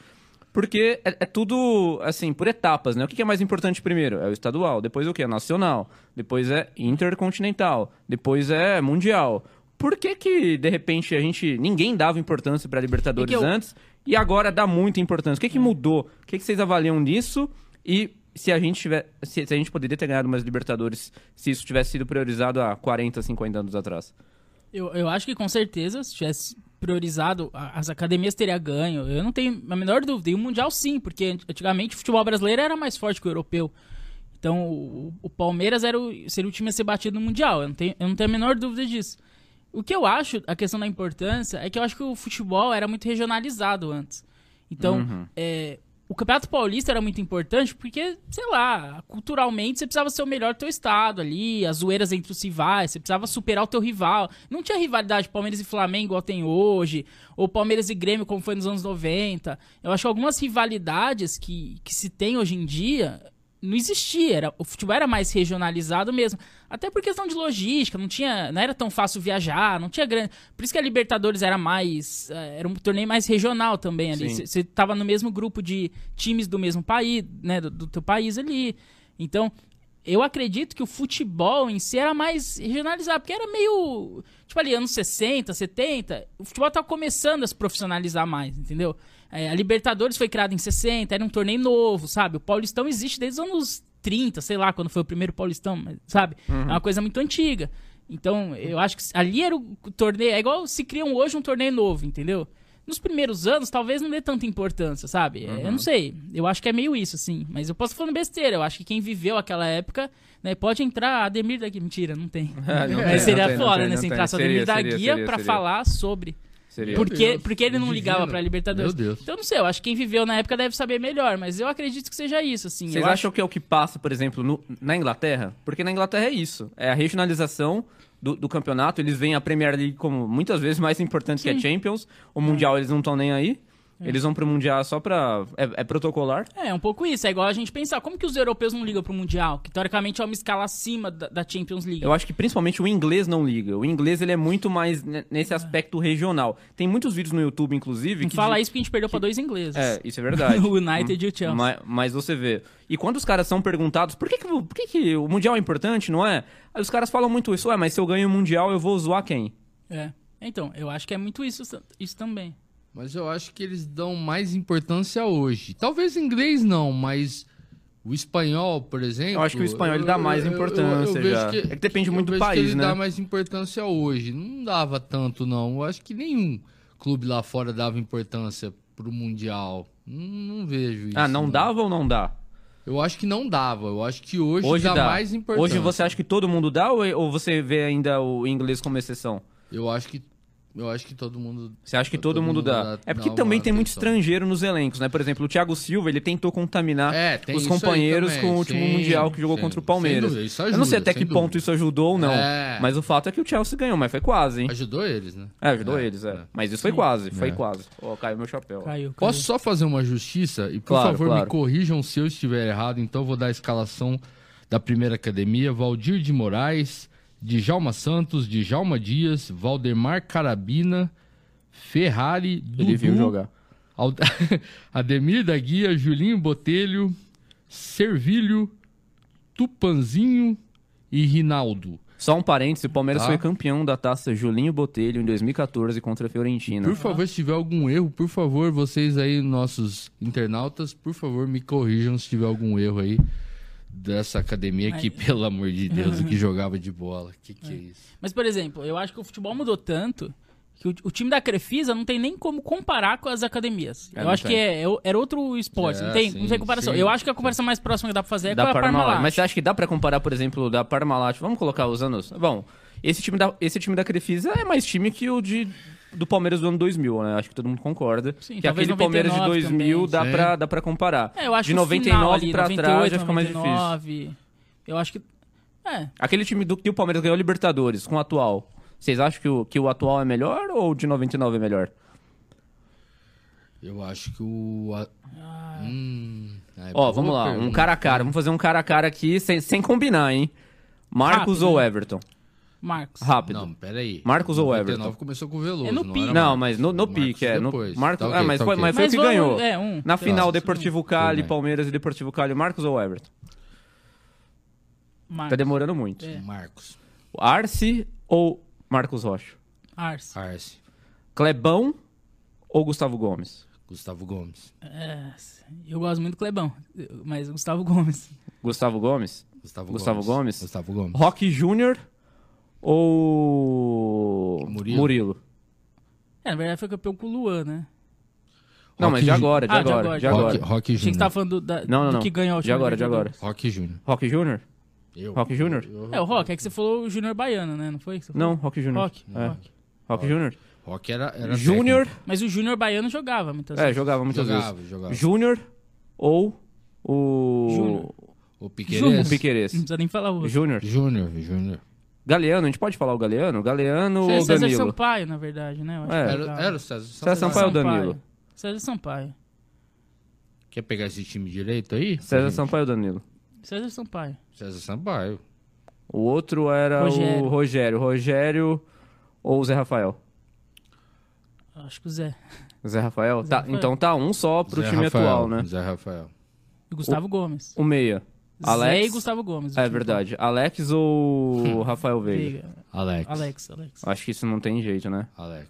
S1: Porque é, é tudo, assim, por etapas, né? O que que é mais importante primeiro? É o estadual, depois o que? É nacional, depois é intercontinental, depois é mundial. Por que que, de repente, a gente... Ninguém dava importância pra Libertadores
S2: É que eu- É.
S1: antes e agora dá muita importância? O que que mudou? O que que vocês avaliam nisso? E se a gente tiver... Se, se a gente poderia ter ganhado mais Libertadores se isso tivesse sido priorizado há 40, 50 anos atrás?
S2: Eu, eu acho que com certeza, se tivesse priorizado, a- as academias teria ganho. Eu não tenho a menor dúvida. E o Mundial sim, porque an- antigamente o futebol brasileiro era mais forte que o europeu. Então o, o Palmeiras era o, seria o time a ser batido no Mundial. Eu não, tenho, eu não tenho a menor dúvida disso. O que eu acho, a questão da importância, é que eu acho que o futebol era muito regionalizado antes. Então, é, o Campeonato Paulista era muito importante porque, sei lá, culturalmente você precisava ser o melhor do teu estado ali, as zoeiras entre os rivais, você precisava superar o teu rival. Não tinha rivalidade Palmeiras e Flamengo igual tem hoje, ou Palmeiras e Grêmio como foi nos anos 90. Eu acho que algumas rivalidades que, que se tem hoje em dia não existia, era, o futebol era mais regionalizado mesmo. Até por questão de logística, não tinha, não era tão fácil viajar, não tinha grande. Por isso que a Libertadores era mais, eh, era um torneio mais regional também ali.
S1: Sim.
S2: Você- Você tava no mesmo grupo de times do mesmo país, né, do, do teu país ali. Então, eu acredito que o futebol em si era mais regionalizado, porque era meio, tipo ali anos 60, 70, o futebol tava começando a se profissionalizar mais, entendeu? É, a Libertadores foi criada em 60, era um torneio novo, sabe? O Paulistão existe desde os anos 30, sei lá, quando foi o primeiro Paulistão, mas, sabe? É uma coisa muito antiga. Então, eu acho que ali era o torneio. É igual se criam hoje um torneio novo, entendeu? Nos primeiros anos, talvez não dê tanta importância, sabe? É, Eu
S1: Uhum.
S2: não sei. Eu acho que é meio isso, assim. Mas eu posso estar falando besteira. Eu acho que quem viveu aquela época, né? Pode entrar Ademir da Guia. Mentira, não tem.
S1: É, não
S2: Mas
S1: tem,
S2: seria
S1: não tem, não
S2: fora,
S1: tem,
S2: né?
S1: não
S2: Se
S1: tem.
S2: entrasse
S1: Seria,
S2: Ademir da
S1: seria,
S2: Guia
S1: seria,
S2: pra
S1: seria.
S2: falar sobre.
S1: Seria.
S3: Por-
S2: Porque,
S3: Deus,
S2: porque ele não
S3: divino.
S2: ligava pra Libertadores.
S3: Meu Deus.
S2: Então, eu não sei. Eu acho que quem viveu na época deve saber melhor. Mas eu acredito que seja isso, assim.
S1: Vocês
S2: eu acho
S1: acham que é o que passa, por exemplo, no- na Inglaterra? Porque na Inglaterra é isso. É a regionalização do, do campeonato. Eles veem a Premier League como muitas vezes mais importante que a Champions. O
S2: Hum.
S1: Mundial eles não estão nem aí. Eles vão pro Mundial só pra. É, é protocolar.
S2: É, é um pouco isso. É igual a gente pensar, como que os europeus não ligam pro Mundial? Que teoricamente é uma escala acima da, da Champions League.
S1: Eu acho que principalmente o inglês não liga. O inglês ele é muito mais ne- nesse aspecto regional. Tem muitos vídeos no YouTube, inclusive.
S2: Ah. Não
S1: que
S2: fala
S1: di-
S2: isso porque a gente perdeu pra dois ingleses.
S1: É, isso é verdade.
S2: O United e o Chelsea.
S1: Mas, mas você vê. E quando os caras são perguntados por que, que, vo- por que, que o Mundial é importante, não é? Aí os caras falam muito isso. Ué, mas se eu ganho o Mundial, eu vou zoar quem?
S2: É. Então, eu acho que é muito isso, isso também.
S3: Mas eu acho que eles dão mais importância hoje. Talvez inglês não, mas o espanhol, por exemplo.
S1: Eu acho que o espanhol, ele dá mais importância já. É que depende muito do
S3: eu vejo
S1: país,
S3: que ele
S1: né?
S3: dá mais importância hoje. Não dava tanto, não. Eu acho que nenhum clube lá fora dava importância pro Mundial. Não, não vejo isso.
S1: ah,
S2: né?"
S1: não dava ou não dá?
S3: Eu acho que não dava. Eu acho que hoje,
S1: Hoje
S3: dá,
S1: dá.
S3: mais importância.
S1: Hoje você acha que todo mundo dá ou, ou você vê ainda o inglês como exceção?
S3: Eu acho que Eu acho que todo mundo.
S1: Você acha que todo, mundo, dá. É porque também tem muito
S3: estranho.
S1: estrangeiro nos elencos, né? Por exemplo, o Thiago Silva, ele tentou contaminar
S3: É, tem
S1: Ah, os
S3: isso aí
S1: companheiros
S3: também,
S1: com o último
S3: sim,
S1: Mundial que jogou
S3: sim,
S1: contra o
S3: sem
S1: Palmeiras.
S3: dúvida, isso
S1: Eu não sei
S3: ajuda,
S1: até que
S3: sem
S1: ponto
S3: dúvida.
S1: isso ajudou ou não.
S3: É.
S1: Mas o fato é que o Chelsea ganhou, mas foi quase, hein?
S3: Ajudou eles, né?
S1: É, ajudou
S3: É,
S1: eles, é.
S3: é.
S1: Mas isso foi quase, foi
S3: É.
S1: quase. Ó, caiu meu chapéu.
S2: Caiu, caiu.
S3: Posso só fazer uma justiça? E por
S1: Claro,
S3: favor,
S1: claro.
S3: me corrijam se eu estiver errado. Então, eu vou dar a escalação da primeira academia: Valdir de Moraes, Djalma Santos, Djalma Dias, Valdemar Carabina, Ferrari, Dudu,
S1: Ele viu jogar.
S3: Ald- Ademir da Guia, Julinho Botelho, Servilho, Tupanzinho e Rinaldo.
S1: Só um parêntese, o Palmeiras
S3: Tá.
S1: foi campeão da taça Julinho Botelho em 2014 contra a Fiorentina.
S3: Por favor, se tiver algum erro, por favor, vocês aí, nossos internautas, por favor, me corrijam se tiver algum erro aí dessa academia que, pelo amor de Deus, o que jogava de bola. Que que é isso?
S2: Mas, por exemplo, eu acho que o futebol mudou tanto que o, o time da Crefisa não tem nem como comparar com as academias.
S1: É,
S2: eu
S1: não
S2: acho
S1: tem.
S2: que é, é o- era outro esporte,
S3: É,
S2: não, tem, não
S3: sim,
S2: tem comparação.
S3: sim.
S2: Eu acho que a comparação mais próxima que dá pra fazer é
S1: da
S2: com a
S1: Parmalat.
S2: Parmalat.
S1: Mas você acha que dá pra comparar, por exemplo, da Parmalat? Vamos colocar os anos. Bom, esse time da, esse time da Crefisa é mais time que o de, do Palmeiras do ano 2000, né? Acho que todo mundo concorda.
S2: Sim,
S1: que
S2: talvez
S1: aquele Palmeiras de
S2: 99
S1: 2000
S2: também.
S1: dá
S3: Sim.
S1: pra, dá pra comparar.
S2: É, eu acho
S1: de
S2: que o
S1: 99
S2: final ali,
S1: pra
S2: 98,
S1: trás já fica mais difícil.
S2: 99, Eu acho que... É,
S1: Aquele time do que o Palmeiras ganhou a Libertadores com o atual. Vocês acham que o, que o atual é melhor ou o de 99 é melhor?
S3: Eu acho que o. a-
S2: Ah.
S3: Hum, é
S1: Ó,
S3: boa
S1: vamos lá, um
S3: pergunta.
S1: cara a cara. Vamos fazer um cara a cara aqui sem, sem combinar, hein? Marcos
S2: Rápido,
S1: ou
S2: né?
S1: Everton?
S2: Marcos.
S1: Rápido.
S3: Não, peraí.
S1: Marcos ou
S3: 99
S1: Everton?
S3: começou com o Veloso.
S2: É no
S3: não,
S2: pique.
S3: era
S1: Não,
S3: Marcos.
S1: mas no, no
S3: Marcos
S1: pique, é. No,
S3: depois.
S1: Marcos,
S3: Tá ok,
S1: ah, mas,
S3: tá
S1: foi,
S3: ok.
S1: mas foi o
S2: Mas
S1: que
S2: vamos-
S1: ganhou.
S2: é, um.
S1: Na final, Deportivo Cali,
S3: bem.
S1: Palmeiras e Deportivo Cali, Marcos ou Everton?
S2: Marcos.
S1: Tá demorando muito.
S2: É.
S3: Marcos.
S1: Arce ou Marcos Rocha?
S2: Arce.
S3: Arce.
S1: Clebão ou Gustavo Gomes?
S3: Gustavo Gomes.
S2: É, eu gosto muito do Clebão, mas o Gustavo Gomes.
S1: Gustavo Gomes?
S3: Gustavo,
S1: Gustavo
S3: Gomes.
S1: Gomes?
S3: Gustavo Gomes.
S1: Rock Júnior ou
S3: Murilo.
S2: É, na verdade foi campeão com o Luan, né?
S1: Não, mas de
S3: Rock Ju-
S1: agora, de
S2: Ah, de
S1: agora,
S2: agora,
S1: de
S2: de
S1: agora.
S3: Rock, Rock
S2: Achei que você
S3: Júnior.
S2: tava falando do, da-
S1: Uhum. Não, não,
S2: do
S1: não.
S2: que ganhou o
S1: De agora, de agora.
S3: Rock Júnior.
S1: Rock Júnior?
S3: Eu.
S1: Rock Júnior?
S3: Eu-
S2: É, o Rock, é que você falou o Júnior Baiano, né? Não foi? que você falou?
S1: Não, Rock Júnior.
S2: Rock,
S1: É.
S2: Rock.
S1: Rock Júnior.
S3: Rock era. era
S1: Júnior.
S2: Mas o Júnior Baiano jogava muitas
S1: É,
S2: vezes.
S1: jogava muitas
S3: Jogava,
S1: vezes.
S3: jogava.
S1: Júnior ou o.
S2: Júnior.
S3: O
S1: O
S3: Piqueires.
S1: Piqueires.
S2: Não precisa nem falar o outro.
S1: Júnior.
S3: Júnior, Júnior.
S1: Galeano, a gente pode falar o Galeano? Galeano
S2: César
S1: ou Danilo?
S2: Sampaio, na verdade, né? Eu acho
S1: É.
S2: que
S3: Era,
S2: jogava.
S3: era o César.
S1: César Sampaio ou Danilo?
S2: César Sampaio.
S3: Quer pegar esse time direito aí?
S1: César Sampaio ou Danilo?
S2: César Sampaio.
S3: César Sampaio.
S1: O outro era o
S2: Rogério.
S1: Rogério. Rogério ou o Zé Rafael?
S2: Acho que o Zé.
S1: Zé Rafael?
S2: Zé
S1: tá,
S2: Rafael.
S1: Então tá um só pro
S3: Zé
S1: time
S3: Rafael,
S1: atual, né?
S3: Zé Rafael.
S2: E Gustavo Gomes.
S1: O meia.
S2: Zé
S1: Alex.
S2: e Gustavo Gomes. o
S1: É
S2: time
S1: verdade. Alex ou Rafael
S2: do
S1: Veiga?
S2: Veiga.
S3: Alex.
S2: Alex, Alex.
S1: Acho que isso não tem jeito, né?
S3: Alex.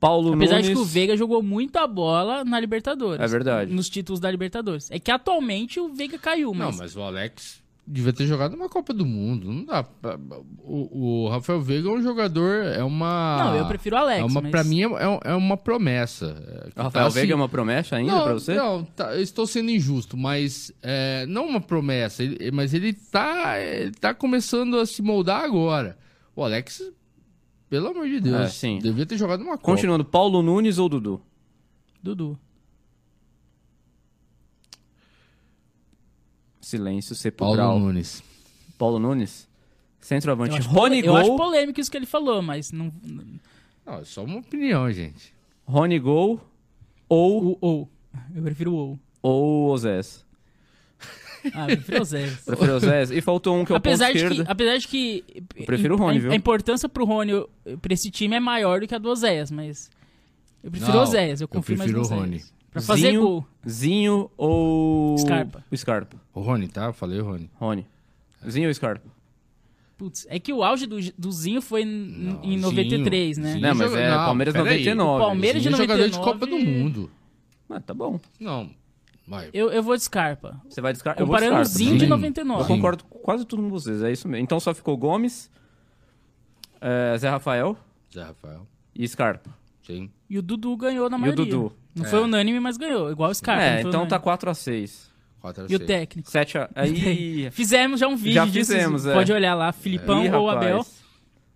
S1: Paulo
S2: Apesar
S1: Nunes.
S2: de que o Veiga jogou muita bola na Libertadores.
S1: É verdade.
S2: Nos títulos da Libertadores. É que atualmente o Veiga caiu,
S3: Não,
S2: mas...
S3: mas o Alex devia ter jogado uma Copa do Mundo. Não dá. pra- O, o Rafael Veiga é um jogador, é uma.
S2: Não, eu prefiro o Alex,
S3: É uma,
S2: mas-
S3: Pra mim é, é- é uma promessa. É,
S1: Rafael
S3: assim,
S1: Veiga é uma promessa ainda
S3: não,
S1: pra você?
S3: Não, tá, eu estou sendo injusto, mas é, não uma promessa, ele- mas ele tá, ele tá começando a se moldar agora. O Alex, pelo amor de Deus,
S1: É, sim.
S3: devia ter jogado uma Copa.
S1: Continuando, Paulo Nunes ou Dudu?
S2: Dudu.
S1: Silêncio
S3: Paulo
S1: sepulcral. Paulo,
S3: Nunes.
S1: Nunes? Centroavante.
S2: Eu acho,
S1: tipo, Rony
S2: eu acho
S1: Gol.
S2: polêmico isso que ele falou, mas não. não-
S3: Não, é só uma opinião, gente.
S1: Rony Gol ou
S2: O ou. Eu prefiro o ou.
S1: ou Ozés.
S2: Ah, eu prefiro o Zé.
S1: Prefiro Ozés. E faltou um que é o
S2: apesar,
S1: ponto
S2: de que,
S1: esquerda.
S2: apesar de que.
S1: prefiro o Rony,
S2: a,
S1: viu?
S2: A importância pro Rony, eh, pra esse time, é maior do que a do Oséias, mas. Eu prefiro
S3: Não,
S2: o Oséias, eu
S3: eu
S2: confio mais no
S3: prefiro o
S2: Oséias.
S3: Rony.
S2: Pra fazer
S1: Zinho,
S2: gol.
S1: Zinho ou
S2: Scarpa.
S1: O Scarpa.
S3: O Rony, tá? Eu Falei o Rony.
S1: Rony. Zinho ou Scarpa?
S2: Putz, é que o auge do, do Zinho foi n-
S3: Não,
S2: em
S3: Zinho,
S2: 93, né?
S3: Zinho
S1: Não, mas
S3: joga-
S1: é
S3: não,
S1: Palmeiras
S3: peraí.
S1: 99.
S2: O Palmeiras- Ele de
S3: Ele é jogador de
S2: 99
S3: Copa do Mundo.
S1: Ah, tá bom.
S3: Não, mas
S2: Eu, eu vou de Scarpa.
S1: Você vai de Scarpa. Eu vou de
S2: Comparando o
S1: Scarpa.
S2: Zinho de
S3: Zinho.
S1: Eu
S2: 99.
S3: Zinho.
S1: concordo com quase tudo com vocês, é isso mesmo. Então só ficou Gomes, eh, Zé Rafael
S3: Zé Rafael,
S1: e Scarpa.
S3: sim.
S2: E o Dudu ganhou na
S1: E o
S2: maioria.
S1: Dudu.
S2: Não
S3: É.
S2: foi unânime, mas ganhou. Igual o Scarpa. não
S1: é,
S2: foi
S1: então
S2: unânime.
S1: tá 4x6.
S3: Quatro a
S2: E o
S3: seis.
S2: técnico?
S1: 7 a... Aí...
S2: Fizemos já um vídeo
S1: Já
S2: disso.
S1: fizemos, é.
S2: Pode olhar lá, Filipão
S1: Ih,
S2: ou
S1: rapaz.
S2: Abel.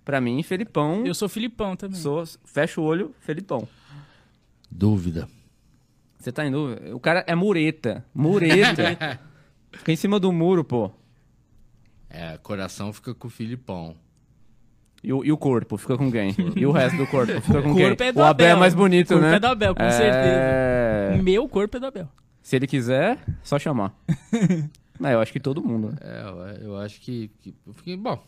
S1: Pra mim, Felipão.
S2: Eu sou Filipão também.
S1: sou, fecha o olho, Felipão.
S3: Dúvida.
S1: Você tá em dúvida? O cara é mureta. Mureta. Fica em cima do muro, pô.
S3: É, coração fica com o Filipão.
S1: E o, e o corpo, fica com quem? E o resto do corpo, fica com
S2: O
S1: quem?
S2: corpo é do
S1: o Abel é
S2: Abel.
S1: mais bonito,
S2: O corpo
S1: né?
S2: é do Abel, com
S1: É,
S2: certeza. Meu corpo é do Abel.
S1: Se ele quiser, só chamar. Não, eu acho que todo mundo. né?
S3: É, eu- eu acho que. que eu fiquei- bom,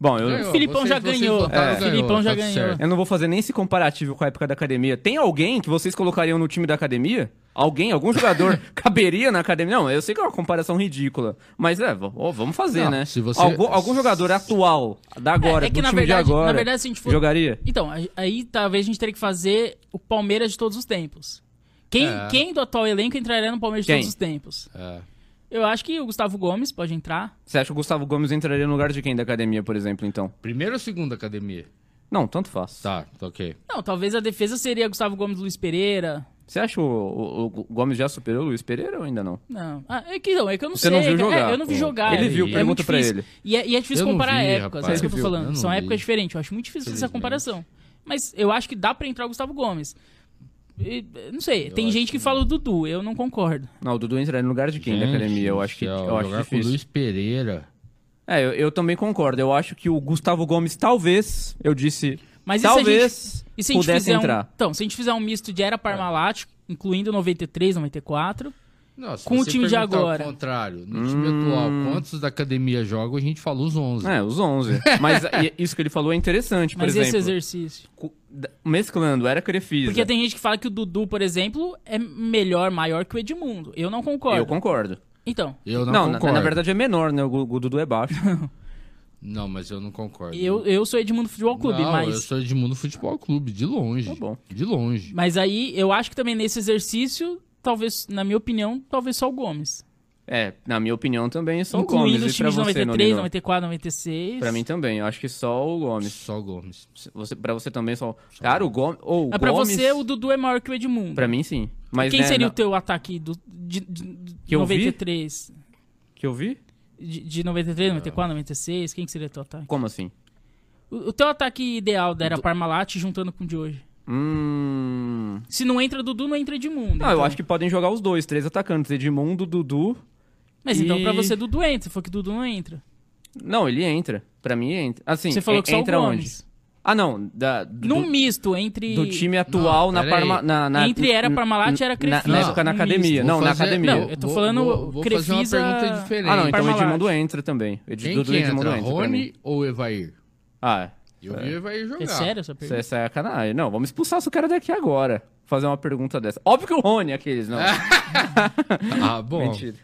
S1: Bom, eu,
S3: Ganhou.
S2: O Filipão
S3: vocês-
S2: já
S3: vocês
S2: ganhou.
S1: É.
S3: votaram,
S2: O Filipão
S3: ganhou,
S2: já
S3: tá
S2: ganhou.
S3: certo.
S1: eu não vou fazer nem esse comparativo com a época da academia. Tem alguém que vocês colocariam no time da academia? Alguém, algum jogador caberia na academia? Não, eu sei que é uma comparação ridícula. Mas é, v- ó, vamos fazer,
S3: Não,
S1: né?
S3: se você-
S1: Algum, algum jogador atual, da agora,
S2: é que
S1: do
S2: na
S1: time
S2: verdade-
S1: de agora,
S2: na verdade, se a gente for-
S1: jogaria?
S2: Então, a- aí talvez a gente teria que fazer o Palmeiras de todos os tempos. Quem,
S3: É.
S2: quem do atual elenco entraria no Palmeiras de
S1: Quem?
S2: todos os tempos?
S3: é.
S2: Eu acho que o Gustavo Gomes pode entrar.
S1: Você acha que o Gustavo Gomes entraria no lugar de quem da academia, por exemplo, então?
S3: Primeira ou segunda academia?
S1: Não, tanto faz.
S3: Tá, tá ok.
S2: Não, talvez a defesa seria Gustavo Gomes Luiz Pereira.
S1: Você acha o, o- o Gomes já superou o Luiz Pereira ou ainda não?
S2: Não. Ah, é que não, é que eu não
S1: Você
S2: sei.
S1: não viu
S2: é-
S1: jogar,
S2: eu não vi
S1: pô.
S2: jogar.
S1: Ele
S2: é-
S1: viu,
S2: é
S1: pergunta
S2: muito
S1: pra
S2: difícil.
S1: ele.
S2: E é, e é difícil
S3: Eu não
S2: comparar
S3: vi,
S2: épocas, é
S3: rapaz.
S2: isso que eu tô
S3: Você viu? Eu
S2: falando.
S3: não
S2: São épocas
S3: vi.
S2: diferentes, eu acho muito difícil essa
S3: Felizmente.
S2: comparação. Mas eu acho que dá pra entrar o Gustavo Gomes. E, eh, não sei, tem
S3: acho
S2: gente que fala o Dudu, eu não concordo.
S1: Não, o Dudu entraria no lugar de quem da
S3: Gente
S1: academia? Eu
S3: do
S1: acho que
S3: céu,
S1: eu acho
S3: jogar com o
S1: difícil.
S3: Luiz Pereira.
S1: É, eu, eu também concordo. Eu acho que o Gustavo Gomes talvez, eu disse,
S2: Mas e se a
S1: talvez
S2: E se a gente
S1: pudesse
S2: fizer
S1: entrar.
S2: Um, então, se a gente fizer um misto de era Parmalat, incluindo 93, 94,
S3: Não, se
S2: Com o
S3: você
S2: time de
S3: perguntar
S2: agora.
S3: O contrário, no time atual, quantos da academia jogam, a gente fala os 11.
S1: Hum. É, os 11. Mas e- isso que ele falou é interessante, por
S2: mas esse
S1: exemplo. é.
S2: exercício.
S1: cu- da- Mesclando, era Crefisa.
S2: Porque tem gente que fala que o Dudu, por exemplo, é melhor, maior que o Edmundo. Eu não concordo.
S1: Eu concordo.
S2: Então,
S3: Eu não,
S1: Não, na,
S3: concordo.
S1: na verdade é menor, né? O, Gu- o Dudu é baixo.
S3: Não, mas eu não concordo.
S2: eu, eu sou Edmundo Futebol Clube,
S3: não,
S2: mas
S3: eu sou Edmundo Futebol Clube, de longe.
S1: Tá bom.
S3: De longe.
S2: mas aí eu acho que também nesse exercício, talvez, na minha opinião, talvez só o Gomes.
S1: é, na minha opinião também só o
S2: Incluindo
S1: Gomes.
S2: os
S1: E pra
S2: times de
S1: você,
S2: 93,
S1: Nonino?
S2: 94, 96.
S1: Pra mim também, eu acho que só o Gomes.
S3: Só o Gomes.
S1: Você, pra você também só. Cara, o Gomes. Ou o
S2: Ah, pra
S1: Gomes-
S2: você, o Dudu é maior que o Edmundo.
S1: Pra mim, sim. Mas,
S2: Quem
S1: né,
S2: seria
S1: na-
S2: o teu ataque do, de, de-
S1: Que eu vi?
S2: 93?
S1: Que eu vi?
S2: De, de 93, 94, 96, quem que seria teu ataque?
S1: Como assim?
S2: O, o teu ataque ideal era Parmalat juntando com o de hoje.
S1: Hum.
S2: Se não entra Dudu, não entra Edmundo. então.
S1: Não, Ah, eu acho que podem jogar os dois, três atacantes. Edmundo, Dudu.
S2: Mas então
S1: e-
S2: pra você Dudu entra, foi que Dudu não entra.
S1: Não, ele entra. Pra mim, entra. Assim,
S2: você falou
S1: en-
S2: que só
S1: entra
S2: o
S1: onde?
S2: Gomes.
S1: Ah, não. Da, do,
S2: Num misto entre...
S1: do time atual
S3: Não,
S1: na,
S3: peraí.
S1: Parma, na, na-
S2: Entre era
S1: na-
S2: Parmalat e era
S1: na,
S2: Crefisa.
S1: na época na
S2: Num
S1: academia.
S2: misto.
S1: Não,
S3: Vou
S1: na
S3: fazer-
S1: academia.
S2: Não, eu tô
S3: vou-
S2: falando
S3: Vou, vou fazer uma
S2: Crefisa-
S3: pergunta diferente.
S1: Ah, não, então
S2: Parmalat.
S1: Edmundo entra também. Ed,
S3: Quem
S1: Dudu
S3: que
S1: e Edmundo
S3: entra,
S1: entra. pra mim.
S3: Rony ou Evair?
S1: Ah,
S3: Eu vi o Evair jogar.
S2: É sério essa
S1: isso é
S2: pergunta?
S1: sacanagem. Não, vamos expulsar esse cara daqui agora. Fazer uma pergunta dessa. Óbvio que o Rony, é aqueles, não.
S3: Ah, bom.
S1: Mentira.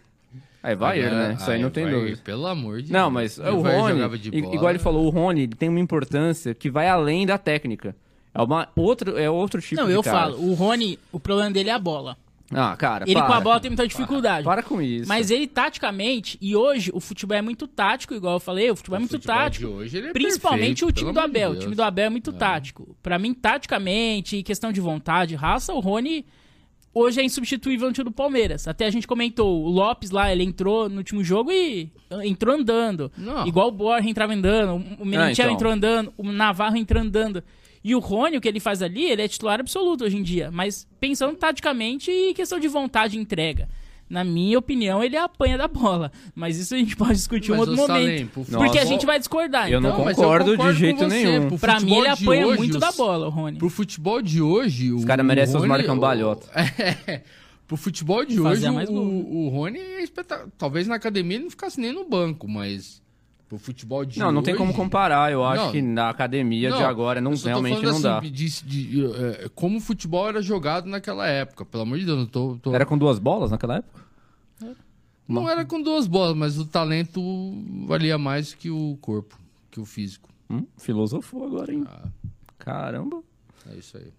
S1: Aí vai,
S3: Agora-
S1: né? Isso aí
S3: ah,
S1: não tem
S3: Evair,
S1: dúvida.
S3: Pelo amor de
S1: Não,
S3: Deus.
S1: mas é o
S3: Evair
S1: Rony,
S3: jogava de
S1: i-
S3: bola.
S1: igual ele falou, o Rony ele tem uma importância que vai além da técnica. É, uma, outro, é outro tipo
S2: Não,
S1: de
S2: eu
S1: cara.
S2: falo. O Rony, o problema dele é a bola.
S1: Ah, cara,
S2: Ele
S1: para.
S2: com a bola tem muita dificuldade.
S1: Para com isso.
S2: Mas ele taticamente, e hoje o futebol é muito tático, igual eu falei, o futebol é
S3: O
S2: muito
S3: futebol
S2: tático.
S3: de hoje, ele é
S2: Principalmente
S3: perfeito,
S2: o time
S3: pelo
S2: do
S3: amor de
S2: Abel. o
S3: Deus.
S2: time do Abel é muito tático. Pra mim, taticamente, e questão de vontade, raça, o Rony hoje é insubstituível no time do Palmeiras. Até a gente comentou, o Lopes lá, ele entrou no último jogo e ah, entrou andando.
S3: Não. Ah,
S2: Igual o Borja entrava andando, o Merentiel
S1: então.
S2: entrou andando, o Navarro entrou andando. E o Rony, o que ele faz ali, ele é titular absoluto hoje em dia. Mas pensando taticamente e questão de vontade e entrega. Na minha opinião, ele apanha da bola. Mas isso a gente pode discutir em
S3: Mas,
S2: outro
S3: ô,
S2: momento.
S3: Salem, por favor.
S2: porque a
S1: Nossa.
S2: gente vai discordar.
S1: Eu não
S2: então,
S3: mas
S1: concordo de jeito
S3: com
S1: nenhum.
S3: Pro
S2: pra mim,
S3: futebol
S2: ele
S3: de
S2: apanha
S3: hoje,
S2: muito da
S3: os-
S2: bola, o Rony.
S3: Pro futebol de hoje... Os
S1: cara merece os marcambalhota.
S3: É, pro futebol de
S2: Fazer
S3: hoje,
S2: mais
S3: o,
S2: gol. né?
S3: o Rony é espetacular. Talvez na academia ele não ficasse nem no banco, mas pro futebol de
S1: Não, não tem como
S3: hoje-
S1: comparar. Eu acho
S3: Não.
S1: que na academia de
S3: Não,
S1: agora não,
S3: eu só tô
S1: realmente não
S3: falando
S1: dá.
S3: assim, de- de- eh, como o futebol era jogado naquela época. Pelo amor de Deus, não tô... tô-
S1: Era com duas bolas naquela época?
S3: Não era com duas bolas, mas o talento valia mais que o corpo, que o físico.
S1: Hum, filosofou agora, hein?
S3: Ah.
S1: Caramba.
S3: É isso aí.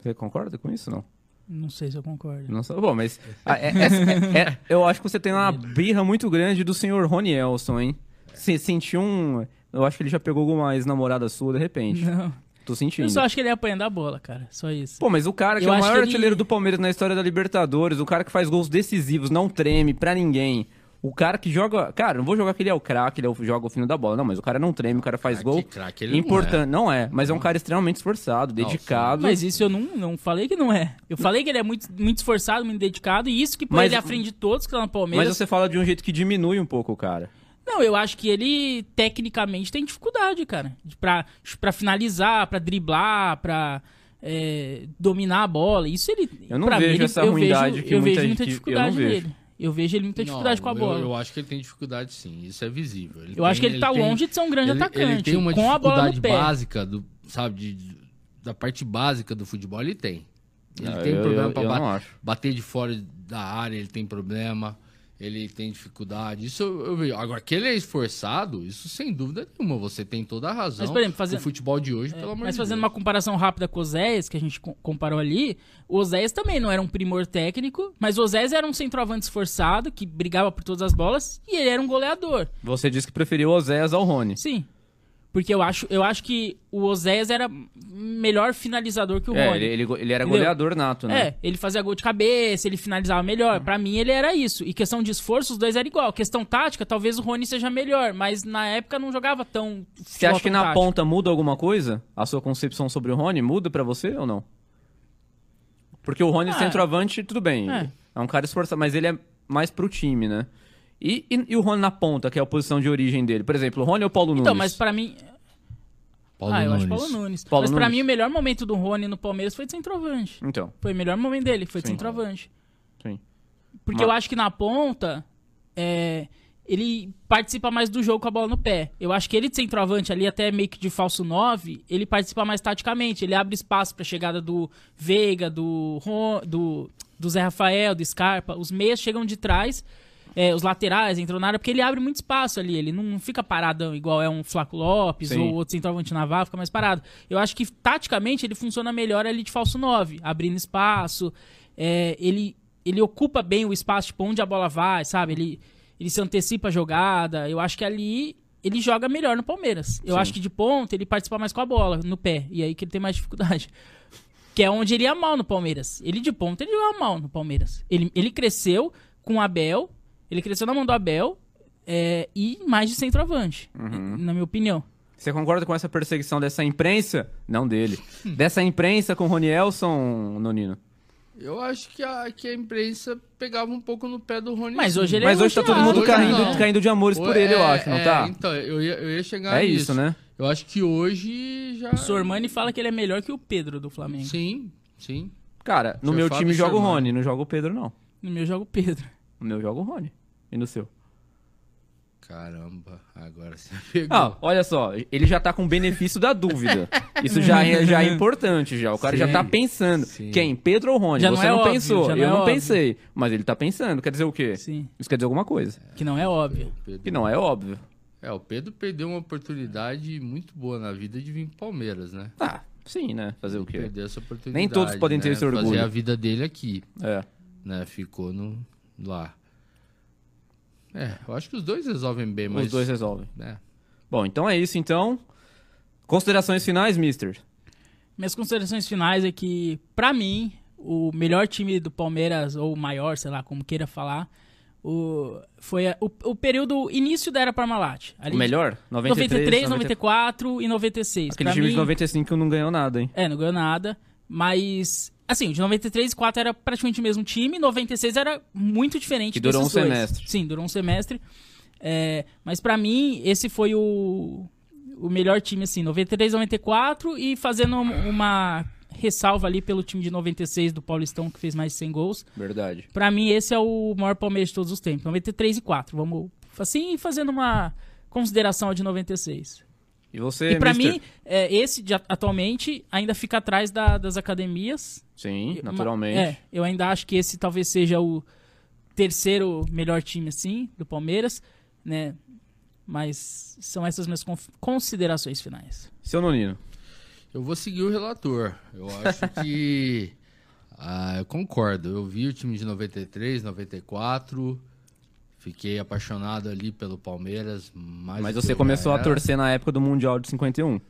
S1: Você concorda com isso, não?
S2: Não sei se eu concordo.
S1: Não sou bom, mas ah, é- é- é- é- eu acho que você tem uma birra muito grande do senhor Rony Elson, hein? Se, sentiu um. Eu acho que ele já pegou alguma ex-namorada sua de repente.
S2: Não.
S1: Tô sentindo.
S2: Eu só acho que ele apanha da bola, cara. Só isso.
S1: Pô, mas o cara que
S2: Eu
S1: é o
S2: acho
S1: maior
S2: que ele-
S1: artilheiro do Palmeiras na história da Libertadores, o cara que faz gols decisivos, não treme pra ninguém, O cara que joga. Cara, não vou jogar que ele é o craque, ele é o- joga o fino da bola. Não, mas o cara não treme, o cara faz
S3: Craque,
S1: gol.
S3: craque ele não
S1: Importante. Não é, mas é um cara extremamente esforçado, dedicado.
S2: Mas isso eu não, não falei que não é. Eu falei que ele é muito, muito esforçado, muito dedicado, e isso que põe
S1: Mas-
S2: ele à frente de todos que tá no Palmeiras.
S1: Mas você fala de um jeito que diminui um pouco o cara.
S2: Não, eu acho que ele tecnicamente tem dificuldade, cara. De- Pra, pra finalizar, pra driblar, pra é, dominar a bola. Isso ele.
S1: Eu não
S2: pra mim,
S1: vejo
S2: ele-
S1: essa
S2: eu
S1: ruindade
S2: vejo,
S1: que
S2: eu
S1: muita
S2: vejo
S1: gente-
S2: muita
S1: eu não
S2: dificuldade
S1: vejo.
S2: nele. Eu vejo ele muita dificuldade com a
S3: eu-
S2: bola.
S3: Eu,
S2: Eu,
S3: acho que ele tem dificuldade sim, isso é visível. Ele
S2: acho que ele, tá
S3: tem-
S2: longe de ser um grande
S3: ele,
S2: atacante.
S3: Ele tem uma
S2: com a bola
S3: dificuldade
S2: no pé.
S3: básica, do, sabe, de- da parte básica do futebol, ele tem. Ele
S1: Não,
S3: tem
S1: eu-
S3: problema
S1: eu-
S3: pra
S1: eu
S3: ba-
S1: não acho.
S3: bater de fora da área, ele tem problema, ele tem dificuldade. Isso eu, eu vejo. Agora, que ele é esforçado, isso sem dúvida nenhuma, você tem toda a razão.
S2: Mas, por exemplo, fazendo- É,
S3: O futebol de hoje, pelo amor
S2: Mas
S3: de
S2: fazendo uma
S3: Deus.
S2: comparação rápida com o Oséias, que a gente co- comparou ali, o Oséias também não era um primor técnico, mas o Oséias era um centroavante esforçado, que brigava por todas as bolas, e ele era um goleador.
S1: Você disse que preferiu o Oséias ao Rony.
S2: Sim. Porque eu acho, eu acho que o Oséias era melhor finalizador que o
S1: É,
S2: tipo Rony.
S1: ele, ele, ele era
S2: Entendeu?
S1: goleador nato, né? Uhum.
S2: É, ele fazia gol de cabeça, ele finalizava melhor. Pra mim, ele era isso. E questão de esforço, os dois eram igual. Questão tática, talvez o Rony seja melhor, mas na época não jogava tão.
S1: Você acha
S2: futebol
S1: que
S2: tão
S1: na
S2: tático.
S1: ponta muda alguma coisa? A sua concepção sobre o Rony muda pra você ou não? Porque o Rony
S2: Ah,
S1: centroavante, tudo bem.
S2: é.
S1: É. um cara esforçado, mas ele é mais pro time, né? E, e, e o Rony na ponta, que é a posição de origem dele? Por exemplo, o Rony ou o Paulo Nunes?
S2: Então, mas pra mim.
S3: Paulo
S2: ah, eu acho
S3: Nunes.
S2: Paulo Nunes.
S1: Paulo
S2: mas pra
S1: Nunes.
S2: mim, o melhor momento do Rony no Palmeiras foi de centroavante.
S1: Então,
S2: Foi o melhor momento dele, foi de
S1: Sim.
S2: centroavante.
S1: sim.
S2: Porque
S1: Mas-
S2: eu acho que na ponta, é, ele participa mais do jogo com a bola no pé. Eu acho que ele de centroavante ali, até meio que de falso 9, ele participa mais taticamente. Ele abre espaço pra chegada do Veiga, do, Ron- do, do Zé Rafael, do Scarpa. Os meias chegam de trás, é, os laterais entram na área, porque ele abre muito espaço ali. Ele não fica parado igual é um Flaco Lopes
S1: Sim.
S2: ou outro centroavante naval, fica mais parado. Eu acho que taticamente ele funciona melhor ali de falso 9, abrindo espaço. é, ele, ele ocupa bem o espaço, tipo, onde a bola vai, sabe? Ele, ele se antecipa a jogada. Eu acho que ali ele joga melhor no Palmeiras. Eu
S1: Sim.
S2: acho que de ponta ele participa mais com a bola, no pé. E aí que ele tem mais dificuldade. Que é onde ele ia mal no Palmeiras. Ele de ponta, ele ia mal no Palmeiras. Ele, ele cresceu com o Abel, ele cresceu na mão do Abel é, e mais de centroavante, na minha opinião.
S1: Você concorda com essa perseguição dessa imprensa? Não dele.
S2: Hum.
S1: dessa imprensa com o Rony Elson, Nonino?
S3: Eu acho que a, que a imprensa pegava um pouco no pé do Rony.
S2: Mas
S3: sim.
S2: hoje ele
S1: Mas
S2: é
S1: hoje tá todo mundo
S3: hoje
S1: caindo,
S3: não.
S1: caindo de amores por
S3: Pô,
S1: ele, eu
S3: é,
S1: acho, não
S3: é,
S1: tá?
S3: Então, eu ia, eu ia chegar
S1: É
S3: nisso.
S1: isso, né?
S3: Eu acho que hoje já.
S2: O Sormani fala que ele é melhor que o Pedro do Flamengo.
S3: Sim, sim.
S1: Cara, no
S3: Seu
S1: meu
S3: Fábio
S1: time
S3: e
S1: joga o
S3: Germano.
S1: Rony, não joga o Pedro, não.
S2: No meu jogo, o Pedro.
S1: No meu joga o Rony. E no seu?
S3: Caramba, agora você pegou.
S1: Ah, olha só, ele já tá com o benefício da dúvida. Isso já é, já é importante, já. O cara já
S3: Sim,
S1: tá pensando.
S3: sim.
S1: Quem? Pedro ou Rony?
S2: Já não
S1: Você
S2: é
S1: não,
S2: óbvio,
S1: pensou.
S2: já não
S1: Eu
S2: é
S1: não
S2: óbvio.
S1: pensei. Mas ele tá pensando. Quer dizer o quê?
S2: Sim.
S1: Isso quer dizer alguma coisa.
S2: Que não é óbvio.
S3: Pedro-
S1: Que não é óbvio.
S3: É, o Pedro perdeu uma oportunidade muito boa na vida de vir pro Palmeiras, né?
S1: Tá, sim, né? Fazer o quê?
S3: Perdeu essa oportunidade.
S1: Nem todos podem ter
S3: né?
S1: esse orgulho.
S3: Fazer a vida dele aqui,
S1: É.
S3: né? Ficou no lá. É, eu acho que os dois resolvem bem, mas
S1: Os dois resolvem.
S3: né?
S1: Bom, então é isso, então. Considerações finais, mister?
S2: Minhas considerações finais é que, pra mim, o melhor time do Palmeiras, ou o maior, sei lá, como queira falar, o, foi a- o, o período início da era Parmalat. Ali
S1: O melhor?
S2: 93,
S1: 93, 94.
S2: 94 e 96.
S1: Aquele
S2: Pra
S1: time de
S2: mim,
S1: 95 não ganhou nada, hein?
S2: É, não ganhou nada. Mas, assim, de 93 e 4 era praticamente o mesmo time. 96 era muito diferente
S1: Que durou
S2: desses
S1: um
S2: dois.
S1: semestre.
S2: Sim, durou um semestre. É, mas pra mim, esse foi o, o melhor time, assim, 93, 94. E fazendo um- uma ressalva ali pelo time de 96 do Paulistão, que fez mais de 100 gols.
S1: Verdade.
S2: Pra mim, esse é o maior Palmeiras de todos os tempos. 93 e 4. Vamos, assim, fazendo uma consideração ao de 96.
S1: E você,
S2: E pra
S1: mister?
S2: mim, é, esse de a- atualmente ainda fica atrás da- das academias.
S1: Sim,
S2: Ma-
S1: naturalmente.
S2: É, eu ainda acho que esse talvez seja o terceiro melhor time, assim, do Palmeiras, né? Mas são essas minhas conf- considerações finais.
S1: Seu Nonino.
S3: Eu vou seguir o relator. Eu acho que. ah, eu concordo. Eu vi o time de 93, 94. Fiquei apaixonado ali pelo Palmeiras. Mais
S1: Mas
S3: do
S1: você
S3: que eu
S1: começou
S3: já
S1: a
S3: era.
S1: torcer na época do Mundial de 51.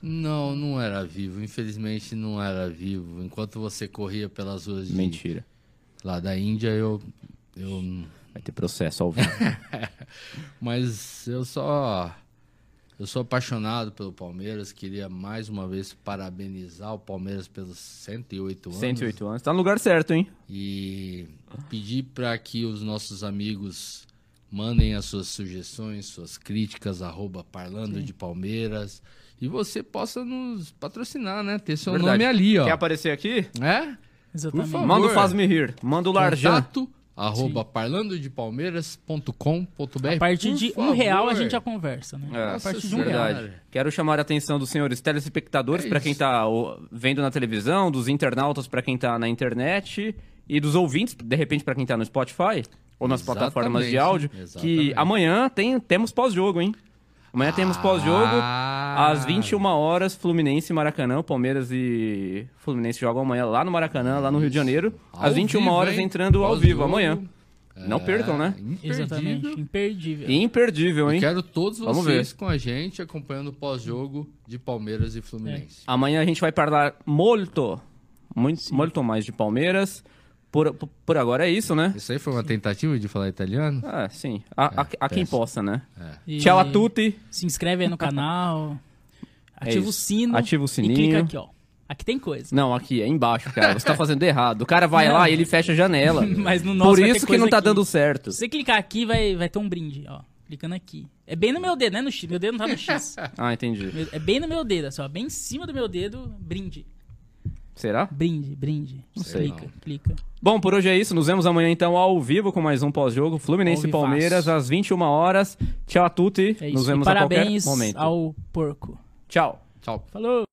S3: Não, não era vivo. Infelizmente não era vivo. Enquanto você corria pelas ruas de-
S1: Mentira.
S3: lá da Índia, eu. eu
S1: Vai ter processo ao vivo.
S3: Mas eu só. Eu sou apaixonado pelo Palmeiras. Queria mais uma vez parabenizar o Palmeiras pelos 108 anos.
S1: 108 anos. Tá no lugar certo, hein?
S3: E pedir para que os nossos amigos mandem as suas sugestões, suas críticas, arroba Parlando de Palmeiras. E você possa nos patrocinar, né? Ter seu
S1: Verdade.
S3: nome ali, ó.
S1: Quer aparecer aqui?
S3: É?
S2: Exatamente.
S3: Por favor. tá?
S1: Manda o Faz-me Rir. Manda o Larjan.
S3: Contato, arroba parlandodepalmeiras.com.br.
S2: A partir de um real a gente já conversa, né?
S1: É,
S2: a
S3: Nossa
S2: partir de um
S3: Senhora.
S2: real.
S1: verdade. Quero chamar a atenção dos senhores telespectadores,
S3: É
S1: pra quem
S3: isso.
S1: tá ó, vendo na televisão, dos internautas pra quem tá na internet e dos ouvintes, de repente pra quem tá no Spotify ou nas plataformas de
S3: Exatamente,
S1: áudio, que
S3: exatamente.
S1: amanhã tem, temos pós-jogo, hein? Amanhã temos pós-jogo
S3: Ah.
S1: às 21 horas, Fluminense e Maracanã, Palmeiras e Fluminense jogam amanhã lá no Maracanã, lá no Rio de Janeiro,
S3: Ao
S1: às 21
S3: vivo, É.
S1: horas
S3: hein?
S1: entrando ao
S3: Pós-jogo.
S1: vivo amanhã. Não percam, né?
S3: Imperdível.
S2: Exatamente. Imperdível.
S1: E imperdível, hein?
S3: Eu quero todos
S1: Vamos
S3: vocês com a gente acompanhando o pós-jogo de Palmeiras e Fluminense.
S1: Amanhã a gente vai falar muito, muito, muito mais de Palmeiras. Por, por- por agora é isso, né?
S3: Isso aí foi uma tentativa de falar italiano?
S1: Ah, sim. A, a- a quem
S3: péssimo.
S1: possa, né?
S2: E
S1: Tchau a tutti.
S2: Se inscreve aí no canal. Ativa
S1: É isso.
S2: o sino.
S1: Ativa o
S2: E
S1: sininho.
S2: clica aqui, ó. Aqui tem coisa.
S1: Não, aqui, é embaixo, cara. Você tá fazendo errado. O cara vai lá e ele fecha a janela.
S2: Mas no nosso
S1: Por
S2: vai ter
S1: isso que
S2: coisa
S1: não tá
S2: aqui.
S1: dando certo.
S2: Se você clicar aqui, vai, vai ter um brinde, ó. Clicando aqui. É bem no meu dedo, né? No X. Meu dedo não tá no X.
S1: Ah, entendi.
S2: Meu- É bem no meu dedo, assim, ó. Bem em cima do meu dedo, brinde.
S1: Será?
S2: Brinde, brinde.
S1: sei,
S2: clica, clica.
S1: Bom, por hoje é isso. Nos vemos amanhã, então, ao vivo com mais um pós-jogo. Fluminense e
S2: Ao vivaço.
S1: Palmeiras, às 21 horas. Tchau a tutti.
S2: É isso.
S1: Nos
S2: E
S1: vemos a qualquer
S2: parabéns
S1: momento.
S2: ao porco.
S1: Tchau.
S3: Tchau.
S2: Falou!